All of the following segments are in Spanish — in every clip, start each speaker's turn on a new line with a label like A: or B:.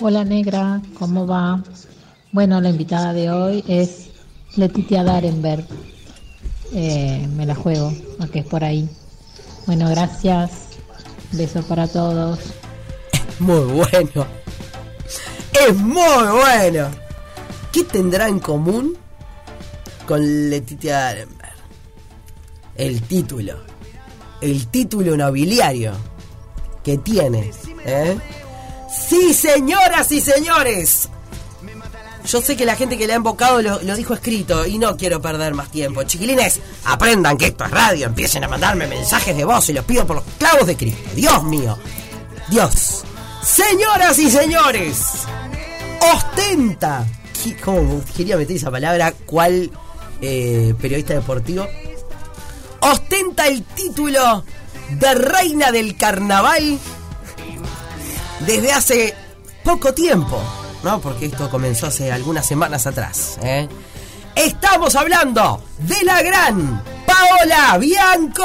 A: Hola negra, ¿cómo va? Bueno, la invitada de hoy es Letitia Darenberg. Eh, me la juego, porque es por ahí. Bueno, gracias. Besos para todos.
B: Es muy bueno. Es muy bueno. ¿Qué tendrá en común con Letitia Darenberg? El título. El título nobiliario que tiene. ¿eh? Sí, señoras y señores. Yo sé que la gente que le ha invocado lo, lo dijo escrito y no quiero perder más tiempo. Chiquilines, aprendan que esto es radio. Empiecen a mandarme mensajes de voz y los pido por los clavos de Cristo. Dios mío. Dios. Señoras y señores. Ostenta. Qui- ¿Cómo quería meter esa palabra? ¿Cuál eh, periodista deportivo? Ostenta el título de reina del carnaval desde hace poco tiempo, ¿no? Porque esto comenzó hace algunas semanas atrás. ¿eh? Estamos hablando de la gran Paola Bianco.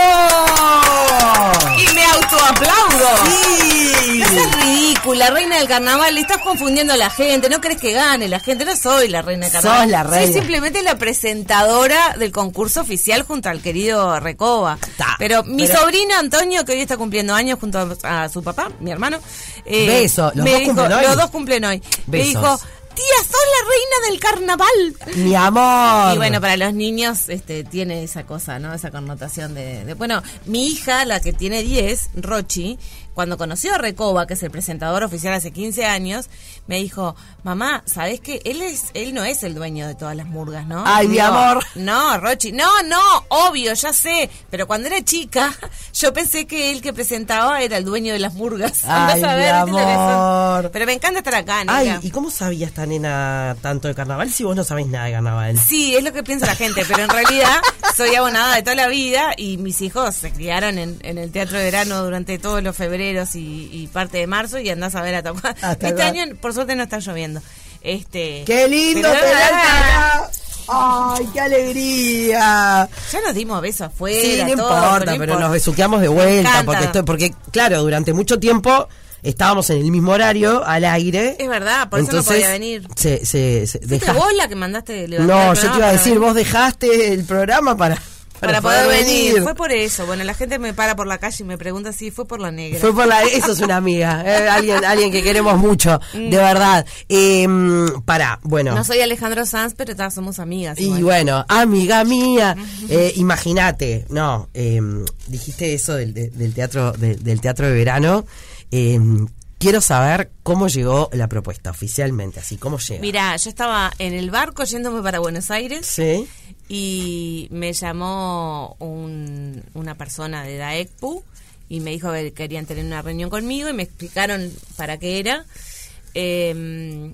C: Y me autoaplaudo.
B: Sí.
C: No seas ridícula, reina del carnaval. Estás confundiendo a la gente. No crees que gane la gente. No soy la reina del carnaval.
B: Sos la reina.
C: Soy simplemente la presentadora del concurso oficial junto al querido Recoba.
B: Ta,
C: pero mi
B: pero-
C: sobrino Antonio, que hoy está cumpliendo años junto a, a su papá, mi hermano. eh,
B: Beso. ¿Los
C: me
B: dos
C: dijo-
B: cumplen hoy?
C: Los dos cumplen hoy. Me
B: Besos.
C: dijo, tía, sos la reina del carnaval.
B: Mi amor.
C: Y bueno, para los niños este, tiene esa cosa, ¿no? Esa connotación de, de- Bueno, mi hija, la que tiene 10, Rochi, cuando conoció a Recoba, que es el presentador oficial hace 15 años, me dijo, mamá, ¿sabés qué? Él, es, él no es el dueño de todas las murgas, ¿no?
B: Ay, mi
C: Digo,
B: amor.
C: No, Rochi, no, no, obvio, ya sé. Pero cuando era chica, yo pensé que el que presentaba era el dueño de las murgas. Andá
B: Ay,
C: a
B: mi
C: ver, ¿viste lo que son?
B: amor.
C: Pero me encanta estar acá,
B: Ay,
C: nena.
B: ¿y cómo sabía esta nena tanto de carnaval si vos no sabés nada de carnaval?
C: Sí, es lo que piensa la gente, pero en realidad soy abonada de toda la vida y mis hijos se criaron en, en el teatro de verano durante todos los febreros y, y parte de marzo y andás a ver a Tacuá.
B: Hasta
C: Este
B: acá.
C: año, por suerte, no está lloviendo. Este,
B: Ah, ¡Qué lindo
C: pero
B: tener
C: nada,
B: acá! ¡Ay, qué alegría!
C: Ya nos dimos besos afuera.
B: Sí, no
C: todo,
B: importa, pero,
C: importa.
B: nos besuqueamos de vuelta.
C: encanta.
B: Porque, estoy, porque, claro, durante mucho tiempo estábamos en el mismo horario, al aire.
C: Es verdad, por eso no
B: entonces,
C: podía venir.
B: Se, se, se-
C: ¿Fuiste
B: dejaste-
C: vos la que mandaste levantar el
B: No, yo
C: programa
B: te iba a
C: para
B: decir,
C: venir?
B: vos dejaste el programa para,
C: Para, poder venir. Fue por eso. Bueno, la gente me para por la calle y me pregunta si fue por la negra.
B: Fue por la... ah, Eso es una amiga, eh, alguien, alguien que queremos mucho, de verdad. Eh, para, bueno.
C: No soy Alejandro Sanz, pero todas somos amigas.
B: Y
C: igual.
B: bueno, amiga mía, eh, imagínate, no, eh, dijiste eso del, de- del teatro del, del teatro de verano. eh, quiero saber cómo llegó la propuesta oficialmente, así cómo llega.
C: Mira, yo estaba en el barco yéndome para Buenos Aires
B: Sí.
C: y me llamó un- una persona de DAECPU y me dijo que querían tener una reunión conmigo y me explicaron para qué era. Eh,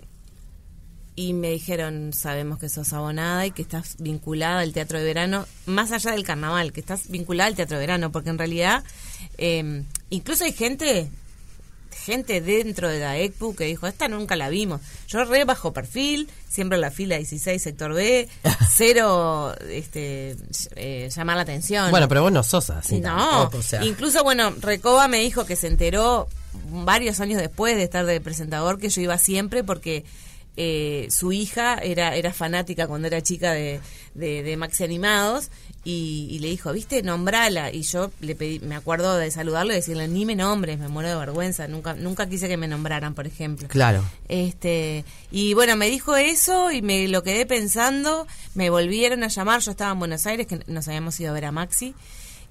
C: y me dijeron, sabemos que sos abonada y que estás vinculada al teatro de verano, más allá del carnaval, que estás vinculada al teatro de verano, porque en realidad eh, incluso hay gente gente dentro de la E ECPU que dijo, esta nunca la vimos. Yo re bajo perfil, siempre en la fila 16, sector B, cero este, eh, llamar la atención.
B: Bueno, pero vos no sos así.
C: No,
B: tampoco, o sea.
C: incluso, bueno, Recoba me dijo que se enteró varios años después de estar de presentador que yo iba siempre porque eh, su hija era, era fanática cuando era chica de, de, de Maxi Animados y, y le dijo, viste, nombrala. Y yo le pedí, me acuerdo de saludarlo y decirle, ni me nombres, me muero de vergüenza. Nunca, nunca quise que me nombraran, por ejemplo.
B: Claro.
C: Este, y bueno, me dijo eso y me lo quedé pensando, me volvieron a llamar, yo estaba en Buenos Aires, que nos habíamos ido a ver a Maxi,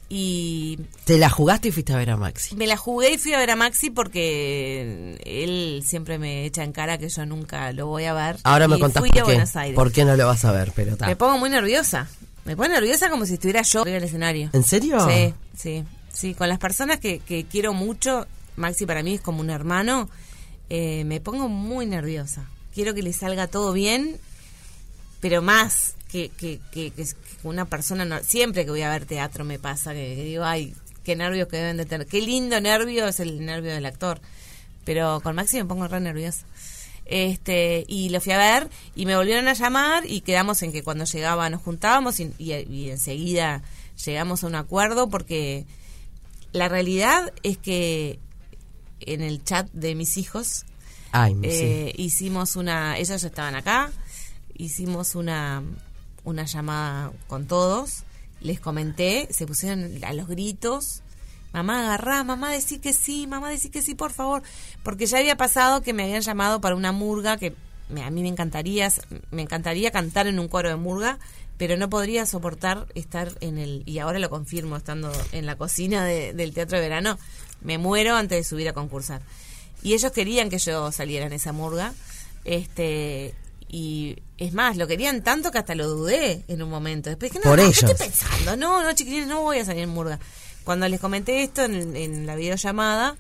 C: y
B: Te la jugaste y fuiste a ver a Maxi.
C: me la jugué y fui a ver a Maxi porque él siempre me echa en cara que yo nunca lo voy a ver.
B: Ahora me
C: Y
B: contás
C: fui
B: por
C: a Buenos
B: qué. Ah.
C: Aires.
B: ¿Por qué no lo vas a ver? Pero ta.
C: Me pongo muy nerviosa, me pongo nerviosa como si estuviera yo arriba del escenario.
B: ¿En serio?
C: Sí, sí, sí. Con las personas que, que quiero mucho, Maxi para mí es como un hermano, eh, me pongo muy nerviosa. Quiero que le salga todo bien, pero más que, que, que- que- que una persona... no- siempre que voy a ver teatro me pasa que, que digo, ay, qué nervios que deben de tener. Qué lindo nervio es el nervio del actor. Pero con Maxi me pongo re nerviosa. Este, y lo fui a ver y me volvieron a llamar y quedamos en que cuando llegaba nos juntábamos y, y- y enseguida llegamos a un acuerdo porque la realidad es que en el chat de mis hijos
B: Ay, sí.
C: Eh, Hicimos una, ellos estaban acá, hicimos una, una llamada con todos, les comenté, se pusieron a los gritos, mamá agarrá, mamá decir que sí, mamá decir que sí, por favor, porque ya había pasado que me habían llamado para una murga que me- a mí me encantaría, me encantaría cantar en un coro de murga, pero no podría soportar estar en el, y ahora lo confirmo, estando en la cocina de- del Teatro de Verano, me muero antes de subir a concursar. Y ellos querían que yo saliera en esa murga, este, y es más, lo querían tanto que hasta lo dudé en un momento. Después dije, no,
B: Por
C: no, ¿qué
B: ellos.
C: estoy pensando? No, no, chiquilines, no voy a salir en murga. Cuando les comenté esto en, en la videollamada,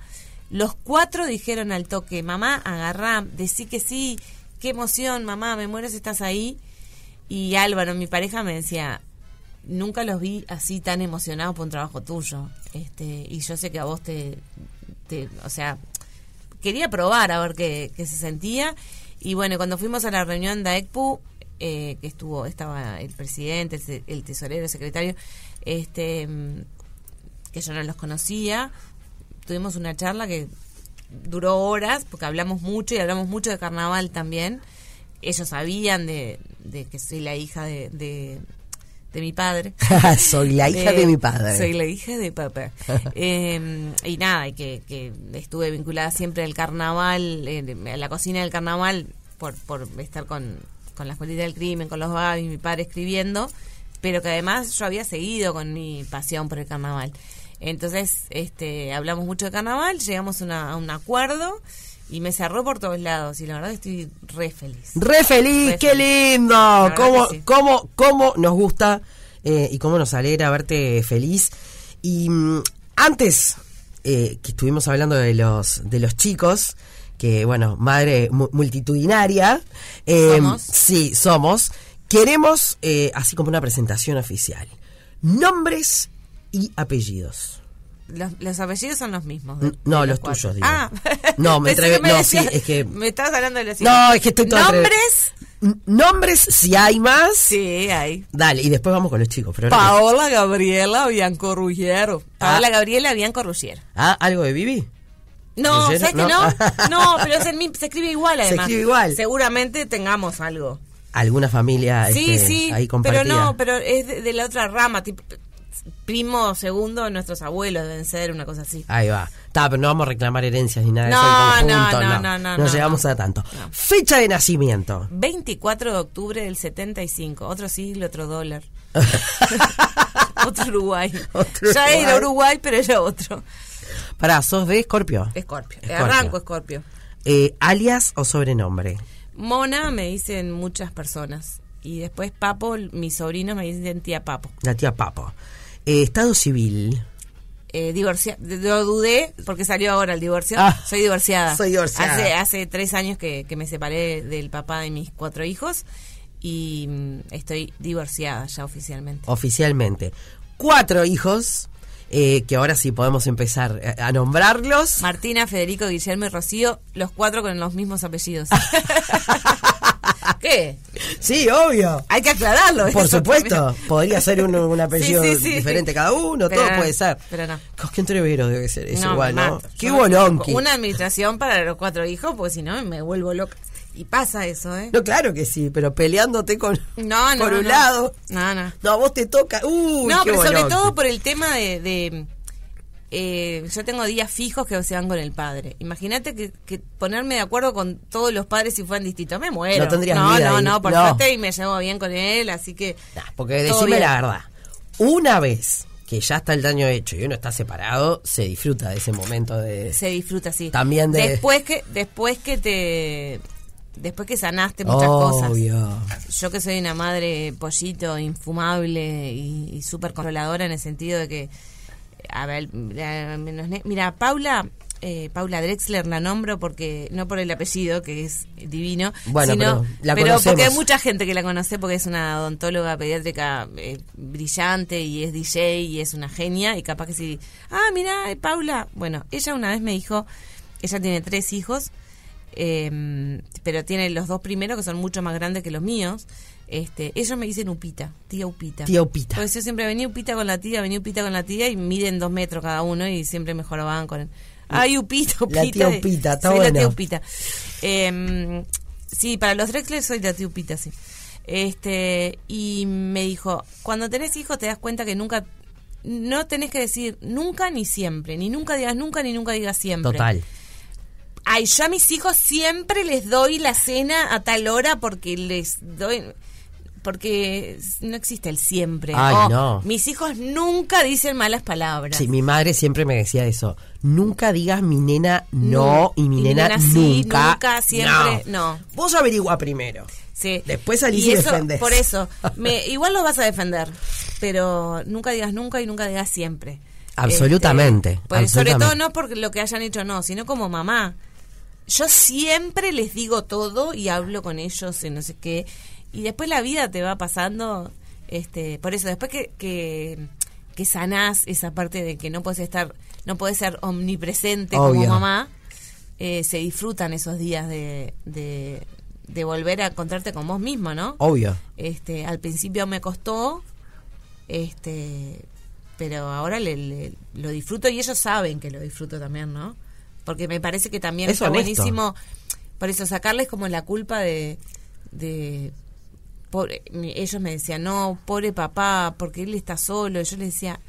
C: los cuatro dijeron al toque, mamá, agarrá, decí que sí, qué emoción, mamá, me muero si estás ahí. Y Álvaro, mi pareja, me decía, nunca los vi así tan emocionados por un trabajo tuyo. Este, y yo sé que a vos te, te- o sea, quería probar a ver qué, qué se sentía. Y bueno, cuando fuimos a la reunión de AECPU, eh, que estuvo, estaba el presidente, el, se- el tesorero, el secretario, este, mm, que yo no los conocía, tuvimos una charla que duró horas, porque hablamos mucho y hablamos mucho de carnaval también. Ellos sabían de, de que soy la hija de- de, de mi padre.
B: soy la hija
C: Eh,
B: de mi padre.
C: Soy la hija de papá. Eh, y nada, y que, que estuve vinculada siempre al carnaval, eh, a la cocina del carnaval, por, por estar con, con la escuelita del crimen, con los babis, mi padre escribiendo, pero que además yo había seguido con mi pasión por el carnaval. Entonces, este, hablamos mucho de carnaval, llegamos una- a un acuerdo y me cerró por todos lados y la verdad que estoy re feliz.
B: Re feliz,
C: Re
B: qué
C: feliz.
B: lindo.
C: verdad
B: Cómo,
C: que sí.
B: cómo, cómo nos gusta eh, y cómo nos alegra verte feliz. Y mm, antes eh, que estuvimos hablando de los de los chicos, que bueno, madre mu- multitudinaria. eh,
C: Somos.
B: Sí, somos. Queremos eh, así como una presentación oficial. Nombres y apellidos.
C: Los, los apellidos son los mismos. de-
B: No,
C: de
B: los
C: cuatro.
B: tuyos, digo.
C: Ah,
B: No, me
C: Pensé
B: atrevé-
C: que
B: no,
C: decías-
B: sí, es que-
C: Me estabas hablando de los
B: No, es que estoy todo atrevido.
C: ¿Nombres?
B: N- Nombres si hay más.
C: Sí, hay.
B: Dale, y después vamos con los chicos. Pero ahora-
C: Paola Gabriela Bianco Ruggiero. Paola
B: Ah.
C: Gabriela Bianco Ruggiero.
B: Ah, algo de Vivi.
C: No,
B: ¿Ruggiero?
C: ¿sabes que
B: No.
C: no? No, pero es el mismo- se escribe igual
B: Se
C: además.
B: escribe igual.
C: Seguramente tengamos algo.
B: alguna familia
C: Sí,
B: este,
C: sí,
B: ahí compartida.
C: pero no, pero es de, de la otra rama, tipo primo, segundo, nuestros abuelos deben ser, una cosa así.
B: Ahí va. Ta, pero no vamos a reclamar herencias ni nada de
C: No,
B: eso en conjunto,
C: no, no, no, no, no,
B: llegamos
C: no.
B: a tanto.
C: No.
B: Fecha de nacimiento.
C: 24 de octubre del 75. Otro siglo, otro dólar. otro Uruguay.
B: Otro
C: ya
B: Uruguay.
C: era Uruguay, pero era otro.
B: Pará, sos de Escorpio.
C: Escorpio.
B: Escorpio.
C: Arranco Escorpio.
B: Eh, alias o sobrenombre.
C: Mona me dicen muchas personas. Y después Papo, mis sobrinos me dicen tía Papo.
B: La tía Papo. Eh, estado civil.
C: Eh, divorcia- lo dudé porque salió ahora el divorcio.
B: Ah,
C: soy divorciada.
B: soy divorciada.
C: Hace, hace tres años que, que me separé del papá de mis cuatro hijos y mm, estoy divorciada ya oficialmente.
B: Oficialmente. Cuatro hijos. eh, que ahora sí podemos empezar eh, a nombrarlos.
C: Martina, Federico, Guillermo y Rocío, los cuatro con los mismos apellidos. ¿Qué?
B: sí, obvio.
C: Hay que aclararlo.
B: Por
C: eso
B: supuesto.
C: también.
B: Podría ser un, un apellido
C: Sí, sí, sí.
B: diferente cada uno.
C: Pero
B: todo
C: no,
B: puede ser.
C: pero no.
B: Qué entrevero debe ser. Es
C: No,
B: igual,
C: me
B: ¿no?
C: mato.
B: Qué
C: Yo-
B: bolonqui.
C: Una administración para los cuatro hijos, porque si no me vuelvo loca. Y pasa eso, ¿eh?
B: No, claro que sí, pero peleándote con,
C: No, no,
B: por un
C: no.
B: lado.
C: No, no.
B: No, a vos te toca. Uy,
C: no,
B: qué
C: pero sobre
B: bolón.
C: todo por el tema de... de, eh, yo tengo días fijos que se van con el padre. Imagínate que, que ponerme de acuerdo con todos los padres si fueran distintos. Me muero.
B: No tendrías
C: no,
B: vida
C: no,
B: ahí.
C: no, por
B: No.
C: suerte y me llevo bien con él, así que...
B: Nah, porque
C: todo
B: decime
C: bien.
B: la verdad. Una vez que ya está el daño hecho y uno está separado, se disfruta de ese momento de.
C: se disfruta así.
B: También de-
C: después que después que te después que sanaste muchas
B: Obvio.
C: cosas. Yo que soy una madre pollito infumable y, y súper controladora en el sentido de que a ver, la- menos ne- mira, Paula eh, Paula Drexler la nombro porque no por el apellido que es divino,
B: Bueno,
C: sino
B: pero la
C: porque hay
B: conocemos.
C: mucha gente que la conoce porque es una odontóloga pediátrica eh, brillante y es DJ y es una genia y capaz que si, ah, mira, Paula, bueno, ella una vez me dijo, ella tiene tres hijos, eh, pero tiene los dos primeros que son mucho más grandes que los míos. Este, ellos me dicen Upita, tía Upita.
B: Tía Upita.
C: Pues Entonces yo siempre venía Upita con la tía, venía Upita con la tía y miden dos metros cada uno y siempre mejoraban con... Ay, Upita, Upita.
D: La tía Upita, está
C: soy
D: bueno.
C: la tía Upita. Eh, sí, para los Drexler soy la tía Upita, sí. Este, y me dijo, cuando tenés hijos te das cuenta que nunca, no tenés que decir nunca ni siempre, ni nunca digas nunca ni nunca digas siempre.
B: Total.
C: Ay, yo a mis hijos siempre les doy la cena a tal hora porque les doy... Porque no existe el siempre.
B: Ay,
C: O,
B: no.
C: Mis hijos nunca dicen malas palabras.
B: Sí, mi madre siempre me decía eso. Nunca digas mi nena no y mi nena,
C: sí,
B: nunca.
C: nunca, siempre, no.
D: Vos averigua primero.
C: Sí.
D: Después salís y
C: eso-
D: defendés.
C: Por eso, me- igual lo vas a defender, pero nunca digas nunca y nunca digas siempre.
B: Absolutamente,
C: Este, pues, sobre
B: absolutamente.
C: todo no porque lo que hayan hecho no, sino como mamá. Yo siempre les digo todo y hablo con ellos y no sé qué. Y después la vida te va pasando. este Por eso, después que, que, que sanás esa parte de que no puedes estar, no puedes ser omnipresente como
B: Obvio.
C: mamá, eh, se disfrutan esos días de, de, de volver a encontrarte con vos mismo, ¿no?
B: Obvio.
C: Este, al principio me costó, este, pero ahora le- le- lo disfruto y ellos saben que lo disfruto también, ¿no? Porque me parece que también
B: Es
C: está
B: honesto.
C: buenísimo, por eso sacarles como la culpa de, de pobre- mi- ellos me decían, no, pobre papá, porque él está solo, Y yo les decía,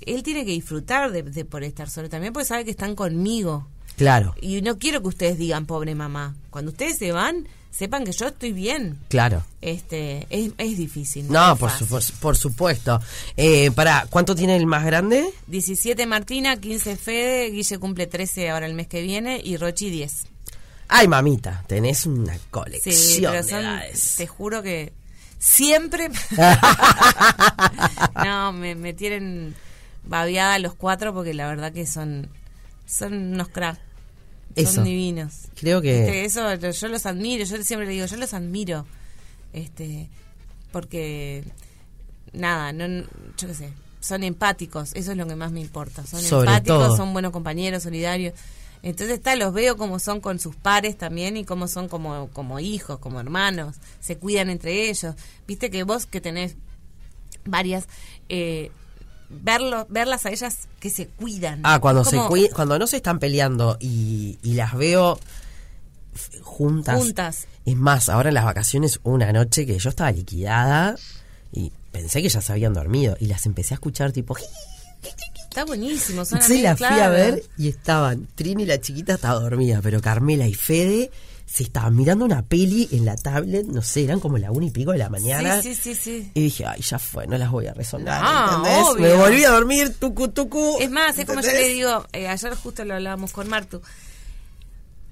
C: él tiene que disfrutar de, de por estar solo también, porque sabe que están conmigo.
B: Claro,
C: Y no quiero que ustedes digan, pobre mamá, cuando ustedes se van, sepan que yo estoy bien
B: claro.
C: este es, es difícil.
B: No,
C: es
B: por,
C: fácil.
B: su- por, su- por supuesto. Eh, pará, ¿cuánto tiene el más grande?
C: 17 Martina, 15 Fede, Guille cumple 13 ahora el mes que viene y Rochi 10.
B: Ay, mamita, tenés una
C: Sí,
B: colección
C: pero
B: de
C: son-
B: edades.
C: te juro que siempre... no, me, me tienen babeada los cuatro porque la verdad que son, son unos cracks.
B: Eso.
C: Son divinos.
B: Creo que-
C: Este, eso lo- yo los admiro, yo siempre le digo, yo los admiro. Este, porque nada, no yo qué sé, son empáticos, eso es lo que más me importa. Son
B: Sobre
C: empáticos,
B: todo.
C: son buenos compañeros, solidarios. Entonces está, los veo como son con sus pares también y cómo son como, como hijos, como hermanos, se cuidan entre ellos. Viste que vos que tenés varias, eh, verlo, verlas a ellas que se cuidan.
B: Ah, cuando, se
C: Como
B: cui- cuando no se están peleando y, y las veo f- juntas.
C: Juntas.
B: Es más, ahora en las vacaciones, una noche que yo estaba liquidada y pensé que ya se habían dormido y las empecé a escuchar tipo...
C: Está buenísimo, son
B: Sí,
C: amigos,
B: la fui a
C: Ah, claro.
B: ver y estaban. Trini, la chiquita, estaba dormida, pero Carmela y Fede se estaban mirando una peli en la tablet, no sé, eran como la una y pico de la mañana.
C: Sí, sí, sí, sí.
B: Y dije, ay, ya fue, no las voy a resonar,
C: No,
B: ¿entendés?
C: obvio.
B: Me volví a dormir, tucu, tucu.
C: Es más, es como yo
B: ¿entendés?
C: le digo, eh, ayer justo lo hablábamos con Martu.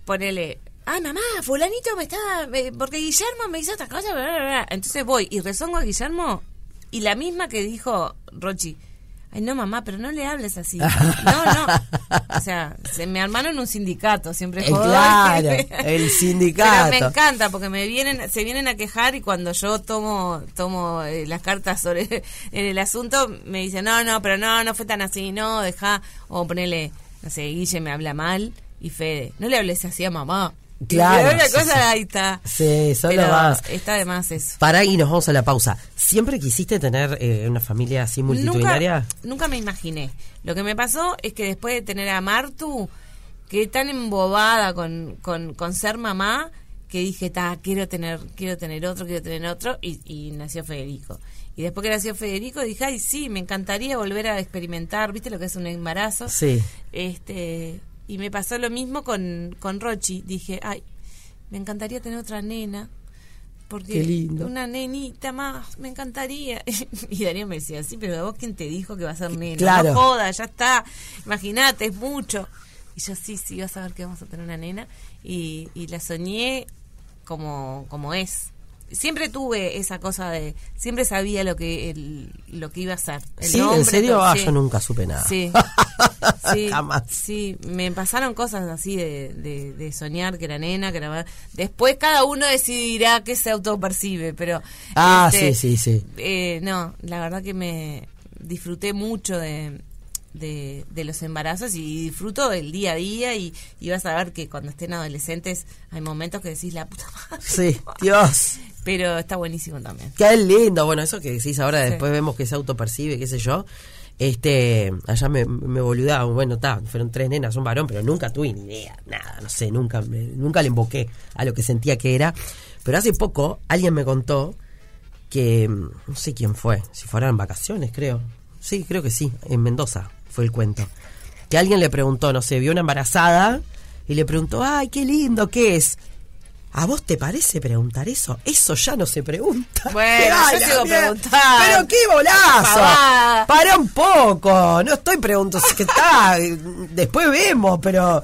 C: Ponele, ay mamá, fulanito me está, me- porque Guillermo me hizo esta cosa, bla, bla, bla". entonces voy y rezongo a Guillermo y la misma que dijo Rochi. Ay, no, mamá, pero no le hables así. No, no. O sea, se me armaron un sindicato, siempre
B: Eh,
C: jodo.
B: claro, el sindicato.
C: Pero me encanta porque me vienen, se vienen a quejar y cuando yo tomo, tomo eh, las cartas sobre en el asunto me dicen no, no, pero no, no fue tan así, no, deja o ponele, no sé, Guille me habla mal y Fede, no le hables así a mamá.
B: Claro,
C: Pero una
B: sí,
C: cosa
B: sí.
C: ahí está.
B: Sí, solo
C: Pero
B: vas.
C: Está de más eso.
B: Pará y nos vamos a la pausa. ¿Siempre quisiste tener eh, una familia así multitudinaria?
C: Nunca, nunca me imaginé. Lo que me pasó es que después de tener a Martu, quedé tan embobada con, con, con ser mamá que dije, ta, quiero tener, quiero tener otro, quiero tener otro, y, y nació Federico. Y después que nació Federico dije, ay, sí, me encantaría volver a experimentar, ¿viste lo que es un embarazo?
B: Sí.
C: Este, y me pasó lo mismo con, con Rochi. Dije, ay, me encantaría tener otra nena. Porque
B: Qué lindo.
C: una nenita más, me encantaría. Y Darío me decía, sí, pero ¿a vos quién te dijo que va a ser nena?
B: claro.
C: No joda, ya está. Imagínate, es mucho. Y yo, sí, sí, vas a ver que vamos a tener una nena. Y, y la soñé como, como es. Siempre tuve esa cosa de, siempre sabía lo que el- lo que iba a ser. el
B: ¿Sí?
C: nombre,
B: ¿En serio?
C: todo,
B: Ah,
C: sí.
B: yo nunca supe nada.
C: Sí. sí.
B: Jamás.
C: Sí, me pasaron cosas así de, de- de soñar que era nena, que era... ma- Después cada uno decidirá qué se autopercibe, pero...
B: Ah,
C: este,
B: sí, sí, sí.
C: eh, no, la verdad que me disfruté mucho de, de, de los embarazos y disfruto del día a día y, y vas a ver que cuando estén adolescentes hay momentos que decís la puta madre.
B: Sí, Dios.
C: Pero está buenísimo también.
B: Qué lindo. Bueno, eso que decís ahora,
C: Sí.
B: después vemos que se autopercibe, qué sé yo. Este, allá me, me boludaban, bueno, está, fueron tres nenas, un varón, pero nunca tuve ni idea, nada, no sé, nunca, me- nunca le invoqué a lo que sentía que era. Pero hace poco alguien me contó que, mm, no sé quién fue, si fueran vacaciones, creo. Sí, creo que sí, en Mendoza fue el cuento. Que alguien le preguntó, no sé, vio una embarazada y le preguntó, ay, qué lindo, ¿qué es? ¿A vos te parece preguntar eso? Eso ya no se pregunta.
C: Bueno,
B: ¡Qué
C: yo
B: bala,
C: sigo
B: mierda!
C: preguntando.
B: Pero qué bolazo.
C: Pavada.
B: Para un poco. No estoy preguntando si que está. eh, Después vemos, pero.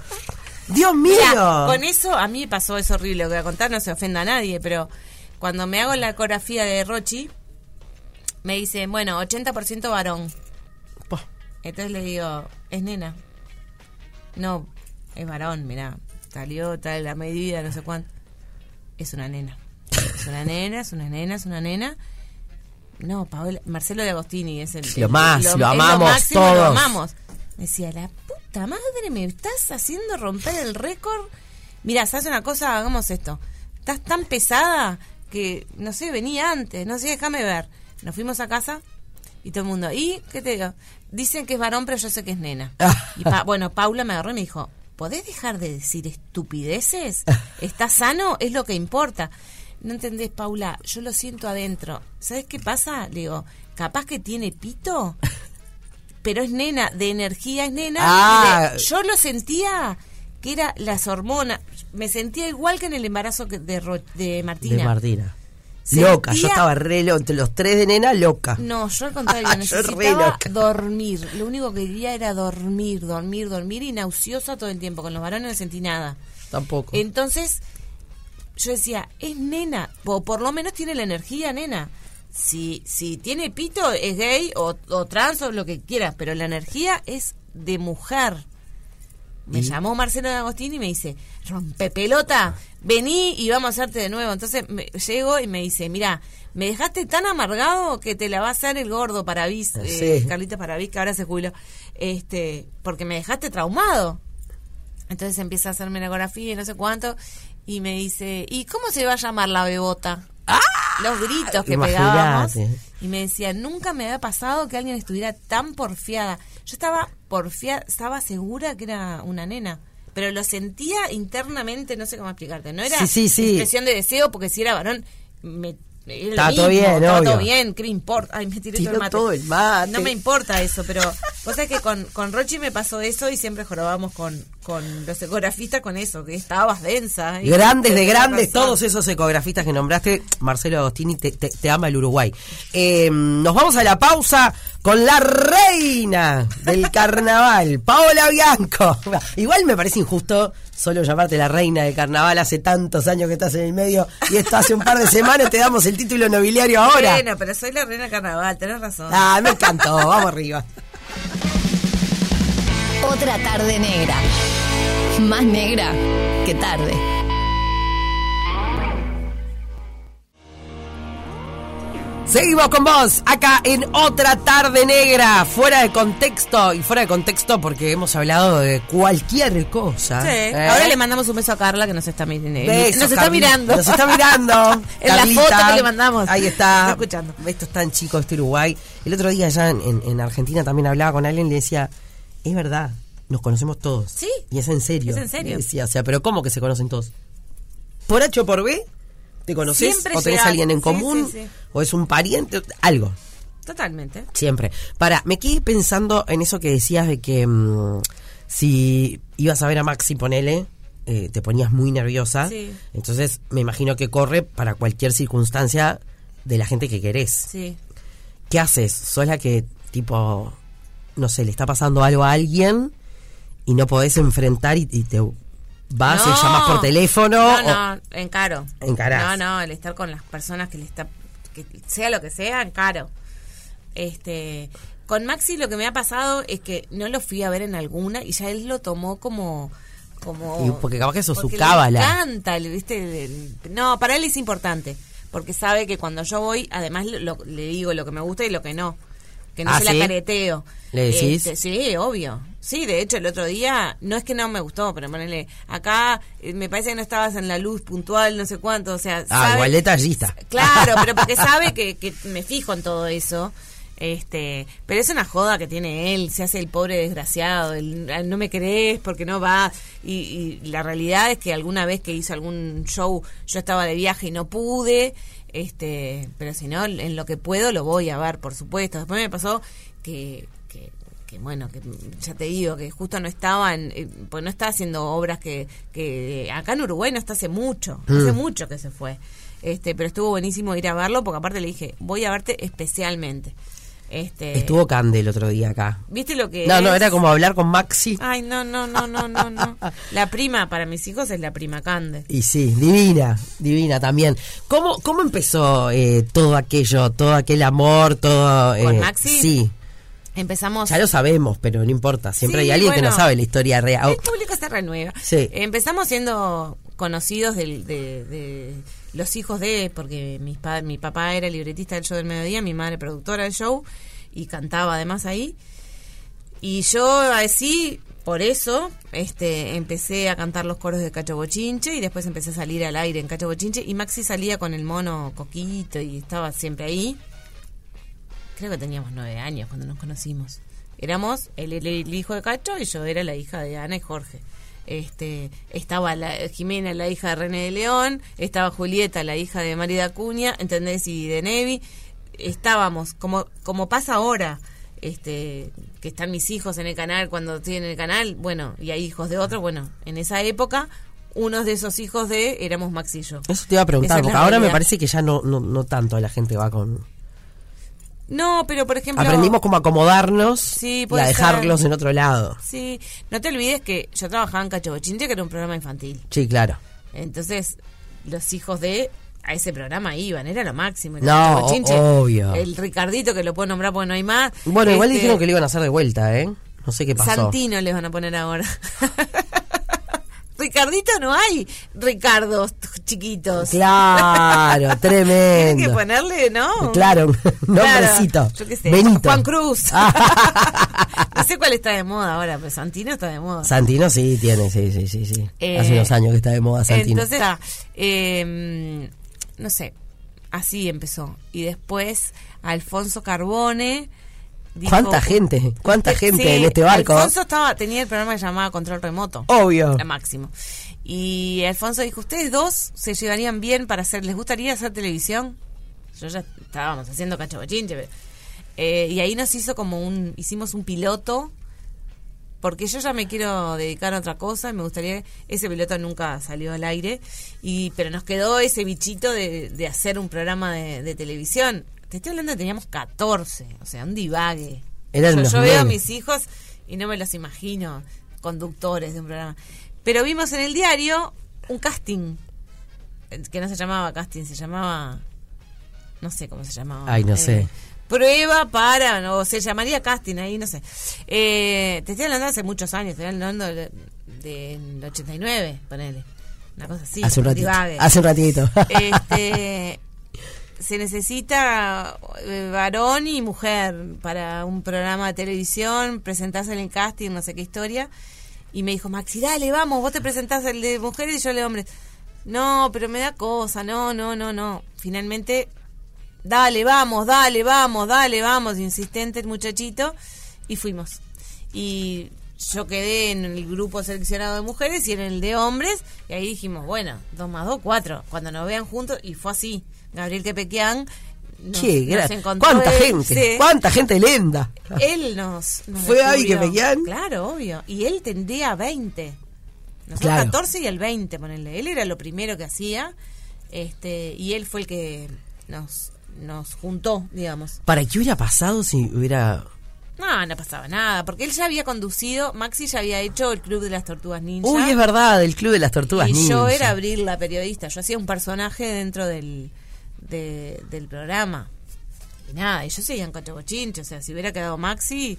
B: Dios mío.
C: Mira, con eso a mí me pasó es horrible, lo que voy a contar no se ofenda a nadie, pero cuando me hago la ecografía de Rochi, me dicen, bueno, 80% varón.
B: Po,
C: Entonces le digo, es nena. No, es varón, mirá, salió tal la medida, no sé cuánto. Es una nena. Es una nena, es una nena, es una nena. No, Paola, Marcelo de Agostini es el.
B: Lo más,
C: el-
B: lo
C: es
B: amamos
C: máximo, Lo
B: todos.
C: amamos. Me decía, la puta madre, me estás haciendo romper el récord. Mira, ¿sabes una cosa? Hagamos esto. Estás tan pesada que, no sé, vení antes, no sé, déjame ver. Nos fuimos a casa y todo el mundo. ¿Y qué te digo? Dicen que es varón, pero yo sé que es nena. Y pa- bueno, Paula me agarró y me dijo, ¿podés dejar de decir estupideces? ¿Estás sano? Es lo que importa. No entendés, Paula, yo lo siento adentro. ¿Sabes qué pasa? Le digo, capaz que tiene pito, pero es nena, de energía es nena.
B: Ah.
C: Y de- yo lo sentía que era las hormonas. Me sentía igual que en el embarazo que- de, Ro- de Martina.
B: De Martina.
C: Sentía-
B: Loca, yo estaba re loca. Entre los tres de nena, loca.
C: No, yo al contrario,
B: Yo re
C: necesitaba
B: loca.
C: dormir. Lo único que quería era dormir, dormir, dormir y nauseosa todo el tiempo. Con los varones no sentí nada.
B: Tampoco.
C: Entonces, yo decía, es nena, o por lo menos tiene la energía, nena. Si, si tiene pito, es gay o, o trans o lo que quieras, pero la energía es de mujer. Me llamó Marcelo de Agostini y me dice, rompe pelota, vení y vamos a hacerte de nuevo. Entonces me, llego y me dice, mira, me dejaste tan amargado que te la va a hacer el gordo Parabis, eh,
B: Sí.
C: Carlitos Parabis, que ahora se jubiló, este, porque me dejaste traumado. Entonces empieza a hacerme la ecografía y no sé cuánto, y me dice, ¿y cómo se va a llamar la bebota? Los gritos que
B: ¡Ah! Imagínate.
C: pegábamos. Y me decía, nunca me había pasado que alguien estuviera tan porfiada. Yo estaba porfiada, estaba segura que era una nena. Pero lo sentía internamente, no sé cómo explicarte. No era
B: Sí, sí, sí.
C: expresión de deseo, porque si era varón, me... era lo
B: Estaba todo
C: mismo,
B: bien,
C: estaba todo
B: obvio.
C: bien, ¿qué me importa? Ay, me tiré todo
B: Tiró
C: el mate.
B: todo el mate.
C: No me importa eso, pero vos sabés que con, con Rochi me pasó eso y siempre jorobamos con, con los ecografistas con eso, que estabas densa. y-
B: Grandes de
C: tenés
B: grandes,
C: razón.
B: todos esos ecografistas que nombraste, Marcelo Agostini, te, te- te ama el Uruguay. Eh, nos vamos a la pausa con la reina del carnaval, Paola Bianco. Igual me parece injusto solo llamarte la reina del carnaval, hace tantos años que estás en el medio y esto hace un par de semanas te damos el título nobiliario ahora.
C: Bueno, pero soy la reina del carnaval, tenés razón.
B: Ah, me encantó, vamos arriba.
E: Otra tarde negra. Más negra que tarde.
B: Seguimos con vos, acá en otra tarde negra, fuera de contexto, y fuera de contexto porque hemos hablado de cualquier cosa.
C: Sí.
B: ¿eh?
C: Ahora le mandamos un beso a Carla que nos está mirando.
B: Besos,
C: nos está
B: Carli-
C: mirando.
B: Nos está mirando.
C: en la
B: Carlita.
C: foto que le mandamos.
B: Ahí está.
C: Está escuchando.
B: Esto es tan chico, este Uruguay. El otro día allá en, en- en Argentina también hablaba con alguien y le decía, es verdad, nos conocemos todos.
C: Sí.
B: Y es en serio.
C: Es en serio.
B: Le decía, o sea, pero ¿cómo que se conocen todos? ¿Por H o por B? ¿Te conoces?
C: Siempre
B: ¿O tenés
C: llega-
B: alguien en
C: sí,
B: común?
C: sí, sí.
B: ¿O es un pariente? Algo.
C: Totalmente.
B: Siempre. Para, me quedé pensando en eso que decías de que mm, si ibas a ver a Maxi, ponele, eh, te ponías muy nerviosa.
C: Sí.
B: Entonces, me imagino que corre para cualquier circunstancia de la gente que querés.
C: Sí.
B: ¿Qué haces? ¿Sos la que, tipo, no sé, le está pasando algo a alguien y no podés enfrentar y, y te vas
C: No.
B: y llamas por teléfono? o- ah,
C: No, no, encaro.
B: Encarás.
C: No, no, el estar con las personas que le está. que sea lo que sea, encaro. Este. Con Maxi lo que me ha pasado es que no lo fui a ver en alguna y ya él lo tomó como. como
B: Y porque capaz que eso es su
C: porque
B: cábala.
C: Le encanta, le- ¿viste? le- le- No, para él es importante. Porque sabe que cuando yo voy, además lo- lo- le digo lo que me gusta y lo que no. Que no
B: Ah,
C: se
B: ¿sí?
C: la careteo.
B: ¿Le decís?
C: Este, sí, obvio. Sí, de hecho, el otro día, no es que no me gustó, pero ponele, acá eh, me parece que no estabas en la luz puntual, no sé cuánto, o sea...
B: Ah, igual detallista.
C: Claro, pero porque sabe que, que me fijo en todo eso. Este, pero es una joda que tiene él, se hace el pobre desgraciado, el, "Ah, no me crees porque no va. Y, y la realidad es que alguna vez que hizo algún show yo estaba de viaje y no pude, este, pero si no, en lo que puedo lo voy a ver, por supuesto. Después me pasó que, que, que, bueno, que ya te digo, que justo no estaba, en, eh, pues no estaba haciendo obras que, que acá en Uruguay no está hace mucho, hace mucho que se fue. Este, pero estuvo buenísimo ir a verlo porque aparte le dije, voy a verte especialmente. Este,
B: Estuvo Cande el otro día acá.
C: ¿Viste lo que
B: No, no,
C: es?
B: era como hablar con Maxi.
C: Ay, no, no, no, no, no, no. La prima para mis hijos es la prima Cande.
B: Y sí, divina, divina también. ¿Cómo, cómo empezó eh, todo aquello, todo aquel amor, todo...
C: ¿Con
B: eh,
C: Maxi?
B: Sí,
C: Empezamos
B: ya lo sabemos, pero no importa. Siempre
C: Sí,
B: hay alguien que no
C: bueno.
B: sabe la historia real.
C: El público se renueva.
B: Sí.
C: Empezamos siendo conocidos del- de, de los hijos de, porque mis pa- mi papá era libretista del show del mediodía, mi madre productora del show y cantaba además ahí. Y yo así, por eso, este, empecé a cantar los coros de Cacho Bochinche y después empecé a salir al aire en Cacho Bochinche y Maxi salía con el mono coquito y estaba siempre ahí. Creo que teníamos nueve años cuando nos conocimos. Éramos el, el- el hijo de Cacho y yo era la hija de Ana y Jorge. Este, estaba la, Jimena, la hija de René de León, estaba Julieta, la hija de Marida Acuña, ¿entendés? Y de Nevi. Estábamos, como, como pasa ahora, este, que están mis hijos en el canal cuando tienen el canal, bueno, y hay hijos de otros, bueno, en esa época, unos de esos hijos de éramos Max y yo.
B: Eso te iba a preguntar,
C: Esa es la
B: porque ahora me
C: realidad.
B: parece que ya no, no, no tanto la gente va con...
C: No, pero por ejemplo.
B: Aprendimos cómo acomodarnos
C: Sí,
B: y
C: puede
B: a dejarlos
C: ser.
B: en otro lado.
C: Sí, no te olvides que yo trabajaba en Cacho Bochinche, que era un programa infantil.
B: Sí, claro.
C: Entonces, los hijos de a ese programa iban, era lo máximo. era
B: No,
C: Cacho Bochinche.
B: o- obvio.
C: El Ricardito, que lo puedo nombrar porque no hay más.
B: Bueno, igual
C: Este,
B: dijeron que lo iban a hacer de vuelta, ¿eh? No sé qué pasó.
C: Santino les van a poner ahora. Ricardito no hay. Ricardos chiquitos.
B: Claro,
C: Tienen que
B: tremendo.
C: ponerle, ¿no?
B: Claro, un nombrecito.
C: Claro, yo qué sé,
B: Benito.
C: Juan Cruz.
B: Ah.
C: no sé cuál está de moda ahora, pero Santino está de moda.
B: Santino sí tiene, sí, sí, sí, sí.
C: Eh,
B: Hace unos años que está de moda Santino.
C: Entonces, ah, eh, no sé, así empezó. Y después Alfonso Carbone. dijo-
B: ¿Cuánta gente? ¿Cuánta
C: Sí,
B: gente
C: sí,
B: en este barco? Oh.
C: Alfonso estaba, tenía el programa que se llamaba Control Remoto.
B: Obvio.
C: La máximo. Y Alfonso dijo, ¿ustedes dos se llevarían bien para hacer, les gustaría hacer televisión? Yo ya estábamos haciendo cacho bochinche, pero- eh, y ahí nos hizo como un, hicimos un piloto, porque yo ya me quiero dedicar a otra cosa, y me gustaría, ese piloto nunca salió al aire, y pero nos quedó ese bichito de, de hacer un programa de, de televisión. Te estoy hablando que teníamos 14, o sea, un divague.
B: Eran
C: yo
B: los
C: yo veo a
B: nenes.
C: mis hijos y no me los imagino conductores de un programa. Pero vimos en el diario un casting eh, que no se llamaba casting, se llamaba no sé cómo se llamaba. Eh,
B: Ay, no sé.
C: Prueba para, no, o se llamaría casting ahí, no sé. Eh, te estoy hablando hace muchos años, te estoy hablando del del 89, ponele. Una cosa así.
B: hace un ratito.
C: divague.
B: Hace un ratito.
C: Este, se necesita eh, varón y mujer para un programa de televisión, presentarse en el casting, no sé qué historia. Y me dijo, Maxi, dale, vamos, vos te presentás el de mujeres y yo el de hombres. No, pero me da cosa, no, no, no, no. Finalmente, dale, vamos, dale, vamos, dale, vamos, insistente el muchachito. Y fuimos. Y yo quedé en el grupo seleccionado de mujeres y en el de hombres. Y ahí dijimos, bueno, dos más dos, cuatro. Cuando nos vean juntos, y fue así. Gabriel Quepequian nos,
B: Che,
C: nos
B: gra-
C: encontró
B: ¿Cuánta
C: él,
B: gente?
C: sí.
B: ¿Cuánta gente linda?
C: Él nos. nos
B: ¿Fue ahí
C: descubrió.
B: que veían?
C: Claro, obvio. Y él tendría 20. Nosotros
B: Claro.
C: 14 y el 20, ponele. Él era lo primero que hacía. este Y él fue el que nos, nos juntó, digamos.
B: ¿Para qué hubiera pasado si hubiera...
C: No, no pasaba nada, porque él ya había conducido, Maxi ya había hecho el Club de las Tortugas Ninja.
B: Uy, es verdad, el Club de las Tortugas
C: y yo
B: Ninja.
C: era Abril, la periodista, yo hacía un personaje dentro del, de- del programa. Y nada, y yo seguía en Cacho Bochinche, o sea, si hubiera quedado Maxi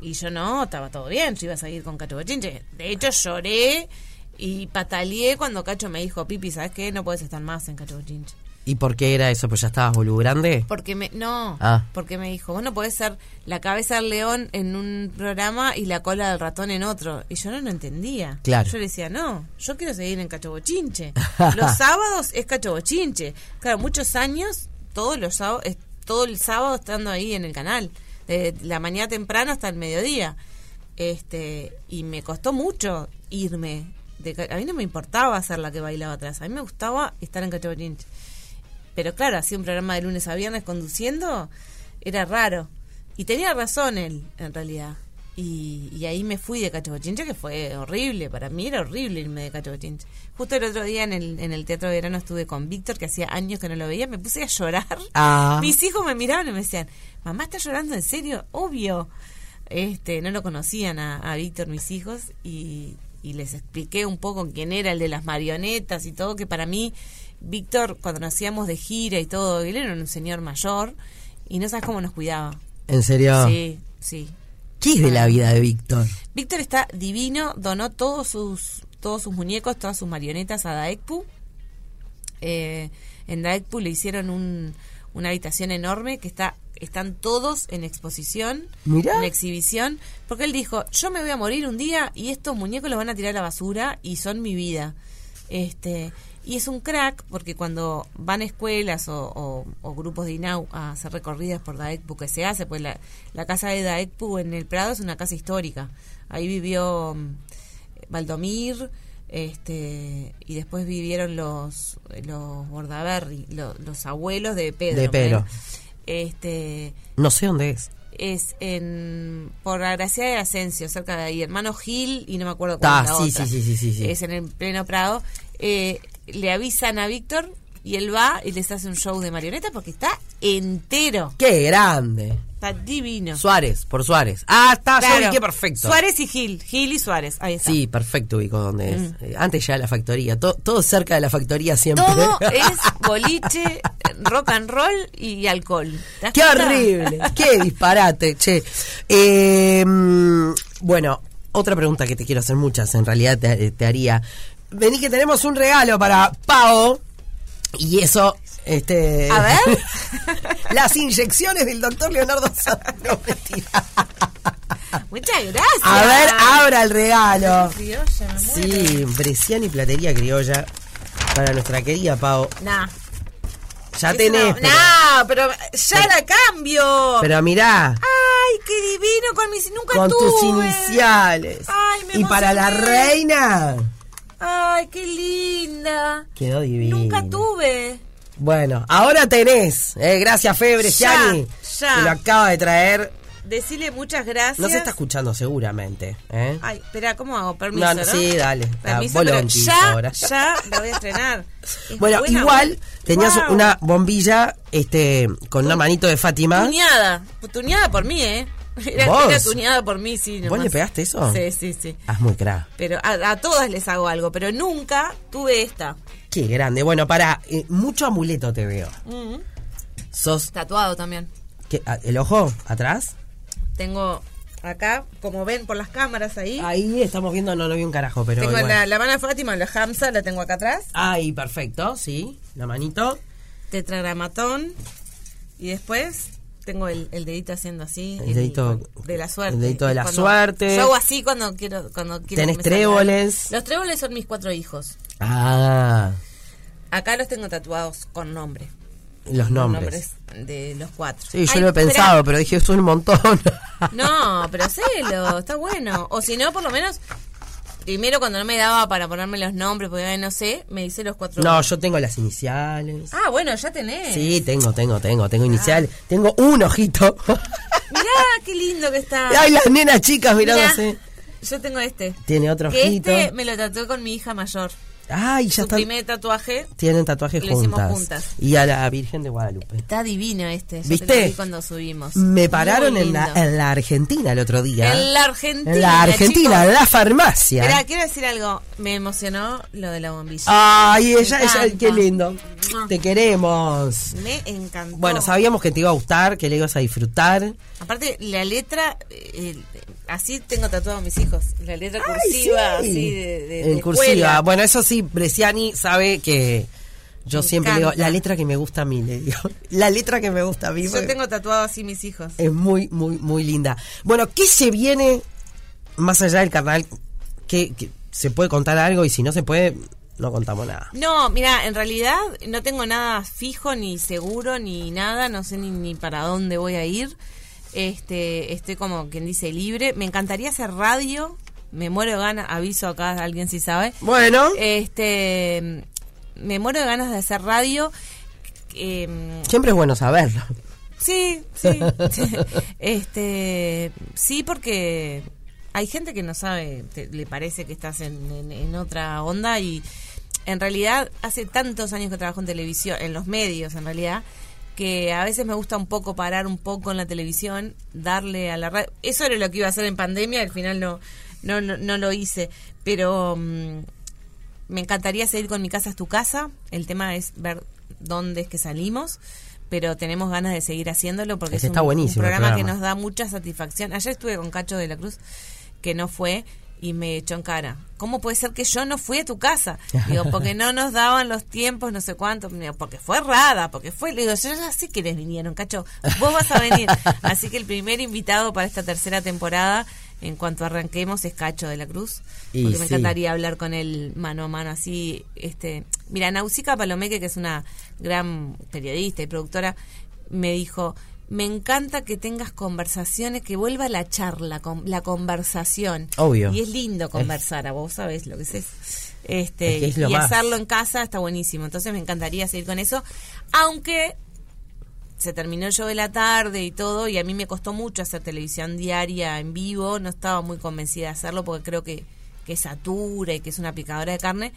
C: y yo no, estaba todo bien, yo iba a seguir con Cacho Bochinche. De hecho, lloré y pataleé cuando Cacho me dijo, Pipi, ¿sabes qué? No puedes estar más en Cacho Bochinche.
B: ¿Y por qué era eso? ¿Pues ya estabas boludo grande?
C: Porque me, no,
B: Ah.
C: porque me dijo, vos no podés ser la cabeza del león en un programa y la cola del ratón en otro. Y yo no lo entendía.
B: Claro.
C: Yo le decía, no, yo quiero seguir en Cachobochinche. los sábados es Cachobochinche. Claro, muchos años, todos los sábados, es- todo el sábado estando ahí en el canal, de la mañana temprano hasta el mediodía. Este, y me costó mucho irme. De, ca- a mí no me importaba ser la que bailaba atrás, a mí me gustaba estar en Cachaborinche. Pero claro, hacía un programa de lunes a viernes conduciendo, era raro. Y tenía razón él, en realidad. Y, y ahí me fui de Cachobochincha, que fue horrible. Para mí era horrible irme de Cachobochincha. Justo el otro día en el, en el Teatro de Verano estuve con Víctor, que hacía años que no lo veía. Me puse a llorar.
B: Ah.
C: Mis hijos me miraban y me decían, mamá, ¿estás llorando en serio? Obvio. Este, no lo conocían a, a Víctor, mis hijos, y, y les expliqué un poco quién era el de las marionetas y todo, que para mí, Víctor, cuando nos íbamos de gira y todo, él era un señor mayor, y no sabes cómo nos cuidaba.
B: ¿En serio?
C: Sí, sí.
B: ¿Qué es de la vida de Víctor?
C: Víctor está divino, donó todos sus todos sus muñecos, todas sus marionetas a Daekpu. Eh, en Daekpu le hicieron un- una habitación enorme que está están todos en exposición,
B: Mirá.
C: en exhibición, porque él dijo, yo me voy a morir un día y estos muñecos los van a tirar a la basura y son mi vida. Este, y es un crack porque cuando van a escuelas o, o- o grupos de INAU a hacer recorridas por Daekpu, que se hace, pues la, la casa de Daekpu en el Prado es una casa histórica. Ahí vivió mm, Valdomir este, y después vivieron los, los Bordaberry, lo- los abuelos de Pedro.
B: De Pedro.
C: ¿no? Este,
B: No sé dónde es.
C: es en por Gracia de Asensio, cerca de ahí, hermano Gil y no me acuerdo
B: Ta,
C: cuál es la
B: Ah, sí,
C: otra.
B: sí, sí, sí, sí, sí.
C: Es en el pleno Prado. Eh, le avisan a Víctor y él va y les hace un show de marionetas porque está entero,
B: ¡Qué grande!
C: está divino.
B: Suárez, por Suárez. Ah, está, ya
C: Claro.
B: ubiqué perfecto.
C: Suárez y Gil, Gil y Suárez, ahí está.
B: Sí, perfecto ubico dónde
C: Mm.
B: es. Eh, Antes ya la factoría, to- todo cerca de la factoría siempre.
C: Todo es boliche, rock and roll y alcohol. ¿Te das
B: ¡Qué
C: cuenta?
B: horrible! ¡Qué disparate! Che. Eh, mm, bueno, otra pregunta que te quiero hacer muchas, en realidad te, te haría. Vení que tenemos un regalo para Pau. Y eso, este.
C: A ver.
B: Las inyecciones del doctor Leonardo Sánchez. No, mentira.
C: Muchas gracias.
B: A ver, ah. abra el regalo.
C: Criolla, me muero.
B: Sí, Bresciani y Platería Criolla. Para nuestra querida Pau.
C: Nah.
B: Ya
C: Eso
B: tenés.
C: No,
B: pero-
C: nah, pero ya la cambio.
B: Pero mirá,
C: Ay, qué divino con mis nunca
B: con tus
C: Ah, tuve.
B: iniciales.
C: Ay, me
B: y para la
C: emocioné.
B: reina.
C: Ay, qué linda.
B: Quedó divino.
C: Nunca tuve.
B: Bueno, ahora tenés. eh, gracias, Febre Bresciani.
C: ya.
B: Te lo acaba de traer.
C: Decirle muchas gracias.
B: No se está escuchando seguramente. ¿eh?
C: Ay, espera, ¿cómo hago? Permiso,
B: No,
C: ¿no?
B: no, sí, dale. Está
C: Permiso, pero
B: Bolonqui
C: ya,
B: ahora.
C: ya la voy a estrenar. Es
B: Bueno,
C: buena,
B: igual
C: buena.
B: tenías
C: Guau.
B: una bombilla este, con una manito de Fátima.
C: Tuñada. Tuñada por mí, ¿eh? Era,
B: ¿Vos?
C: era tuñada por mí, sí.
B: ¿Vos
C: nomás.
B: le pegaste eso?
C: Sí, sí, sí.
B: Ah, es muy crack.
C: Pero a, a todas les hago algo, pero nunca tuve esta.
B: Qué grande. Bueno, para eh, mucho amuleto te veo.
C: Mm.
B: Sos
C: Tatuado también.
B: ¿qué? Ah, el ojo atrás.
C: Tengo acá, como ven por las cámaras ahí,
B: Ahí estamos viendo, no lo vi un carajo, pero
C: tengo
B: igual.
C: la, la mano de Fátima, la Hamza, la tengo acá atrás.
B: Ahí, perfecto, sí, la manito.
C: Tetragramatón. Y después tengo el, el dedito haciendo así.
B: El dedito-
C: de la suerte.
B: el dedito de la
C: Cuando-
B: suerte.
C: Yo hago así cuando quiero. Cuando quiero
B: Tenés
C: que me salga.
B: tréboles.
C: Los tréboles son mis cuatro hijos.
B: Ah,
C: Acá los tengo tatuados con nombre.
B: los
C: Los
B: nombres.
C: nombres de los cuatro.
B: Sí, yo
C: Ay,
B: lo he
C: espera.
B: pensado, pero dije, es un montón.
C: No, pero hacelo, está bueno. O si no, por lo menos, primero cuando no me daba para ponerme los nombres, porque ay, no sé, me hice los cuatro.
B: No, yo tengo las iniciales.
C: Ah, bueno, ya tenés.
B: Sí, tengo, tengo, tengo,
C: Ah.
B: tengo iniciales. Tengo un ojito.
C: Mirá, qué lindo que está.
B: Ay, las nenas chicas
C: Mirá,
B: mirándose.
C: Yo tengo este.
B: Tiene otro
C: Que
B: ojito.
C: este me lo tatué con mi hija mayor.
B: Ay, ya
C: Su
B: están.
C: primer tatuaje.
B: Tienen tatuajes
C: Lo hicimos
B: juntas.
C: juntas.
B: Y a la Virgen de Guadalupe.
C: Está divino este. Yo
B: ¿Viste?
C: te lo vi cuando subimos.
B: Me
C: Muy
B: pararon en la,
C: lindo.
B: en la Argentina el otro día.
C: En la Argentina,
B: En la Argentina, en
C: chicos.
B: la farmacia.
C: Mirá, quiero decir algo. Me emocionó lo de la bombilla.
B: Ay,
C: Me
B: ella, ella,
C: encanta.
B: qué lindo. Te queremos.
C: Me encantó.
B: Bueno, sabíamos que te iba a gustar, que le ibas a disfrutar.
C: Aparte, la letra, eh, eh, así tengo tatuado a mis hijos. La letra cursiva,
B: sí.
C: así de, de-
B: en
C: de
B: cursiva.
C: escuela.
B: Bueno, eso sí, Bresciani sabe que yo
C: Me
B: siempre le digo,
C: encanta.
B: la letra que me gusta a mí, le digo. La letra que me gusta a mí.
C: Yo
B: porque
C: tengo tatuado así mis hijos.
B: Es muy, muy, muy linda. Bueno, ¿qué se viene más allá del carnal? ¿Qué, qué- se puede contar algo? Y si no se puede, no contamos nada.
C: No, mira, en realidad no tengo nada fijo, ni seguro, ni nada, no sé ni, ni para dónde voy a ir. Este, estoy como quien dice libre. Me encantaría hacer radio, me muero de ganas, aviso acá a alguien si sabe.
B: Bueno,
C: Eh. Este, me muero de ganas de hacer radio. Em,
B: siempre es bueno saberlo.
C: Sí, sí. este, sí, porque hay gente que no sabe, te- le parece que estás en, en- en otra onda y en realidad hace tantos años que trabajo en televisión, en los medios en realidad, que a veces me gusta un poco parar un poco en la televisión, darle a la radio. Eso era lo que iba a hacer en pandemia, al final no, no, no, no lo hice, pero... mm, me encantaría seguir con Mi casa es tu casa. El tema es ver dónde es que salimos, pero tenemos ganas de seguir haciéndolo porque
B: Ese
C: es un,
B: está buenísimo,
C: un
B: el
C: programa, que
B: programa.
C: nos da mucha satisfacción. Ayer estuve con Cacho de la Cruz, que no fue, y me echó en cara. ¿Cómo puede ser que yo no fui a tu casa? Digo, porque no nos daban los tiempos, no sé cuánto. Me digo, porque fue errada, porque fue. Le digo, yo ya sé que les vinieron, Cacho. Vos vas a venir. Así que el primer invitado para esta tercera temporada, en cuanto arranquemos, es Cacho de la Cruz.
B: Y
C: porque me
B: sí.
C: encantaría a hablar con él mano a mano así este mira Nausica Palomeque que es una gran periodista y productora me dijo me encanta que tengas conversaciones que vuelva la charla con la conversación
B: Obvio.
C: y es lindo conversar a vos sabés lo que es eso. este
B: Es que es lo
C: y
B: más.
C: hacerlo en casa está buenísimo entonces me encantaría seguir con eso aunque se terminó el show de la tarde y todo, y a mí me costó mucho hacer televisión diaria en vivo, no estaba muy convencida de hacerlo porque creo que, que satura y que es una picadora de carne.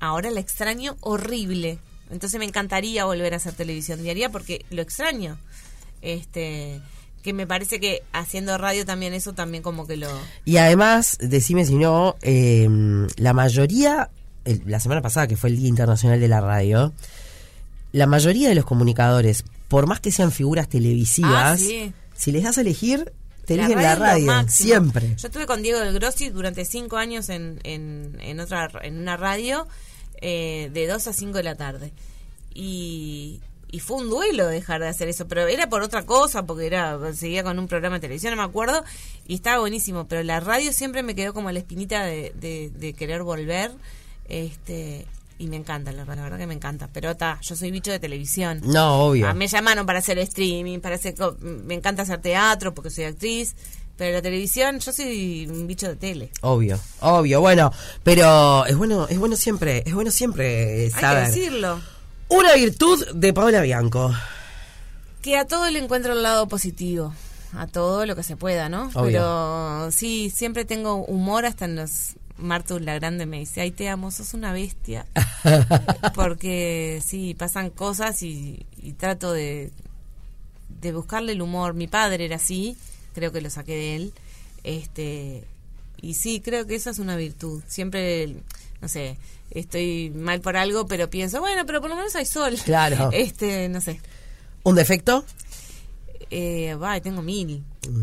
C: Ahora la extraño horrible. Entonces me encantaría volver a hacer televisión diaria porque lo extraño. Este, que me parece que haciendo radio también eso también como que lo...
B: Y además, decime si no, eh, la mayoría, el- la semana pasada que fue el Día Internacional de la Radio, la mayoría de los comunicadores, por más que sean figuras televisivas,
C: Ah, sí.
B: si les das a elegir, te eligen la
C: es lo
B: radio,
C: máximo.
B: siempre.
C: Yo estuve con Diego del Grossi durante cinco años en, en, en otra, en una radio eh, de 2 a 5 de la tarde. Y, y fue un duelo dejar de hacer eso, pero era por otra cosa, porque era seguía con un programa de televisión, no me acuerdo, y estaba buenísimo. Pero la radio siempre me quedó como la espinita de, de- de querer volver. este Y me encanta, la, la verdad que me encanta. Pero está, yo soy bicho de televisión.
B: No, obvio.
C: Ah, me llamaron para hacer streaming, para hacer co- me encanta hacer teatro porque soy actriz, pero la televisión, yo soy un bicho de tele.
B: Obvio, obvio, bueno, pero es bueno, es bueno siempre, es bueno siempre
C: Hay que
B: saber.
C: decirlo.
B: Una virtud de Paola Bianco.
C: Que a todo le encuentro el lado positivo, a todo lo que se pueda, ¿no?
B: Obvio.
C: Pero sí, siempre tengo humor hasta en los... Martu la Grande me dice, ay, te amo, sos una bestia. porque sí, pasan cosas y, y trato de, de buscarle el humor. Mi padre era así, creo que lo saqué de él. Este, y sí, creo que esa es una virtud. Siempre, no sé, estoy mal por algo, pero pienso, bueno, pero por lo menos hay sol.
B: Claro.
C: Este, no sé.
B: ¿Un defecto?
C: Eh, va, tengo mil.
B: Mm.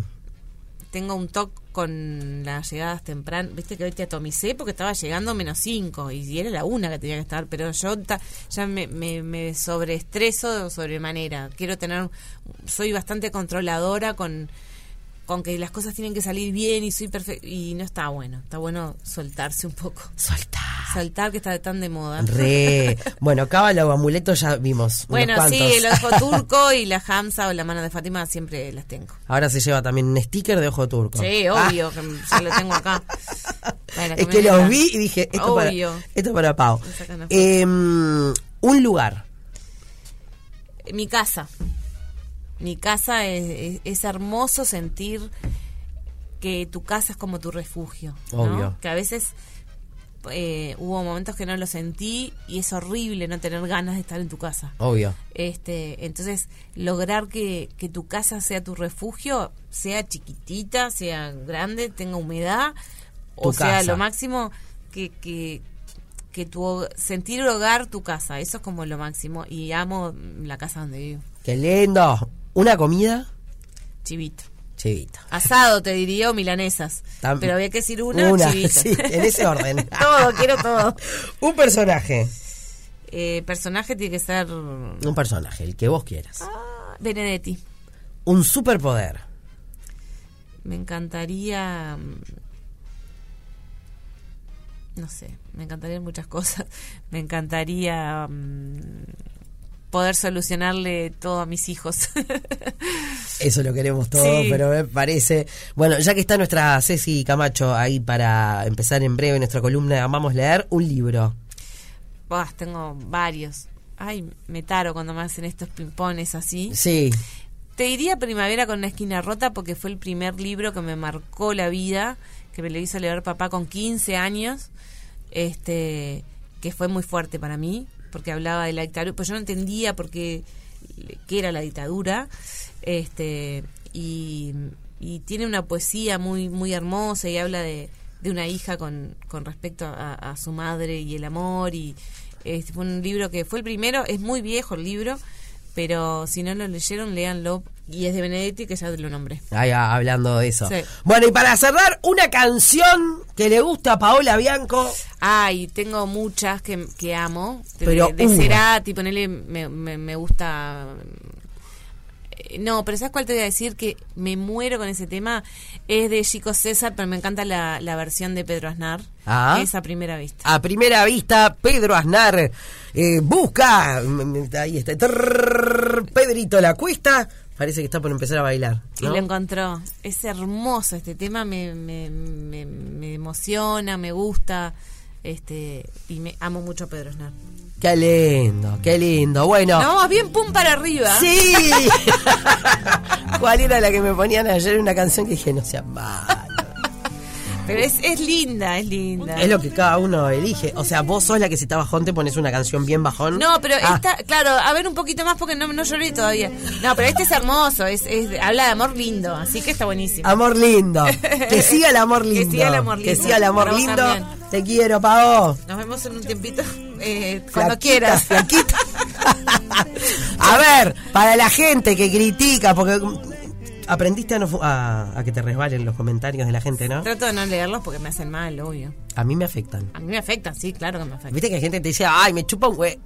C: Tengo un toque con las llegadas tempranas. Viste que hoy te atomicé porque estaba llegando menos cinco y era la una que tenía que estar. Pero yo ta- ya me, me, me sobreestreso sobremanera. Quiero tener. Soy bastante controladora con con que las cosas tienen que salir bien y soy perfecto y no está bueno está bueno soltarse un poco
B: Solta.
C: soltar que está tan de moda
B: Re. Bueno, cábala o amuleto ya vimos. unos
C: bueno sí
B: cuantos.
C: el ojo turco y la hamsa o la mano de Fátima siempre las tengo
B: Ahora se lleva también un sticker de ojo turco. Ah.
C: Sí, obvio, que ya lo tengo acá. Para
B: es
C: me
B: que los
C: venga.
B: vi y dije, esto para,
C: Obvio.
B: esto para Pau.
C: Me sacan la foto.
B: Eh, un lugar.
C: Mi casa. Mi casa es, es- es hermoso sentir que tu casa es como tu refugio. ¿no?
B: Obvio.
C: Que a veces eh, hubo momentos que no lo sentí y es horrible no tener ganas de estar en tu casa.
B: Obvio.
C: Este, entonces, lograr que, que tu casa sea tu refugio, sea chiquitita, sea grande, tenga humedad, o
B: Tu
C: sea
B: casa.
C: lo máximo que, que, que tu hog- sentir hogar tu casa, eso es como lo máximo. Y amo la casa donde vivo.
B: Qué lindo. Una comida.
C: Chivito.
B: Chivito.
C: Asado, te diría, o milanesas.
B: Tam-
C: Pero había que decir una, chivito.
B: sí, en ese orden.
C: todo, quiero todo.
B: un personaje.
C: Eh, personaje tiene que ser
B: Un personaje, el que vos quieras.
C: ah, Benedetti.
B: Un superpoder.
C: Me encantaría. mm, no sé, me encantarían muchas cosas. Me encantaría mm, poder solucionarle todo a mis hijos.
B: Eso lo queremos todos,
C: Sí.
B: pero me parece. Bueno, ya que está nuestra Ceci Camacho ahí para empezar en breve nuestra columna, vamos a leer un libro.
C: Buah, tengo varios. Ay, me taro cuando me hacen estos pimpones así.
B: Sí,
C: Te diría Primavera con una esquina rota porque fue el primer libro que me marcó la vida, que me lo hizo leer papá con 15 años, este, que fue muy fuerte para mí, porque hablaba de la dictadura, pues yo no entendía por qué, qué era la dictadura, este, y, y tiene una poesía muy, muy hermosa y habla de, de una hija con, con respecto a, a su madre y el amor, y este, fue un libro que fue el primero, es muy viejo el libro, pero si no lo leyeron, léanlo. Y es de Benedetti, que ya lo nombré.
B: ahí va, hablando de eso.
C: Sí.
B: Bueno, y para cerrar, una canción que le gusta a Paola Bianco.
C: Ay, tengo muchas que, que amo. De,
B: Pero
C: de
B: una.
C: Cerati, ponele, me, me, me gusta. eh, No, pero ¿sabes cuál te voy a decir? Que me muero con ese tema. Es de Chico César, pero me encanta la, la versión de Pedro Aznar.
B: Ah.
C: Esa primera vista.
B: A primera vista, Pedro Aznar eh, busca. mm, mm, Ahí está. trrr, Pedrito la cuesta. Parece que está por empezar a bailar. ¿no?
C: Y lo encontró. Es hermoso este tema, me, me, me, me emociona, me gusta. este Y me amo mucho a Pedro Aznar.
B: Qué lindo, qué lindo. Bueno.
C: Nos vamos bien pum para arriba.
B: ¡Sí! ¿Cuál era la que me ponían ayer? Una canción que dije, no sea malo.
C: Pero es, es linda, es linda.
B: Es lo que cada uno elige. O sea, vos sos la que si está bajón te pones una canción bien bajón.
C: No, pero
B: Ah,
C: esta, claro, a ver un poquito más porque no, no lloré todavía. No, pero este es hermoso, es, es- habla de amor lindo, así que está buenísimo.
B: Amor lindo. Que siga el amor
C: Que
B: lindo.
C: siga el amor
B: Que
C: lindo.
B: siga el amor
C: Para vos
B: lindo.
C: también.
B: Te quiero, Pavo.
C: Nos vemos en un tiempito, eh,
B: Flaquita,
C: cuando quieras.
B: flaquita. a ver, para la gente que critica, porque mm, aprendiste a, no fu- a- a que te resbalen los comentarios de la gente, ¿no?
C: Trato de no leerlos porque me hacen mal, obvio.
B: A mí me afectan.
C: A mí me afectan, sí, claro que me afectan.
B: Viste que hay gente que te dice, ay, me chupa un güey.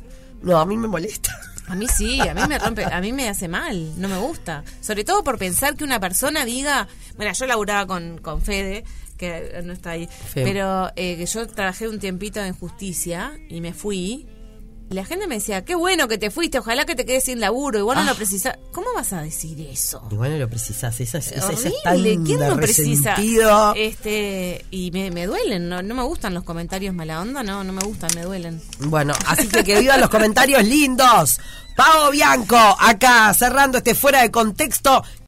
B: No, a mí me molesta.
C: A mí sí, a mí me rompe, a mí me hace mal, no me gusta. Sobre todo por pensar que una persona diga, bueno, yo laburaba con, con Fede, que no está ahí,
B: Fede.
C: pero eh, que yo trabajé un tiempito en justicia y me fui. Y la gente me decía, qué bueno que te fuiste, ojalá que te quedes sin laburo, igual
B: Ah.
C: no lo precisas. ¿Cómo vas a decir eso?
B: Igual no lo precisas, esa, es- esa, esa
C: Horrible,
B: es tan
C: ¿quién
B: de
C: no precisa?
B: resentido.
C: Este, y me, me duelen, no, no me gustan los comentarios mala onda, no, no me gustan, me duelen.
B: Bueno, así que que vivan los comentarios lindos. Pavo Bianco, acá cerrando este fuera de contexto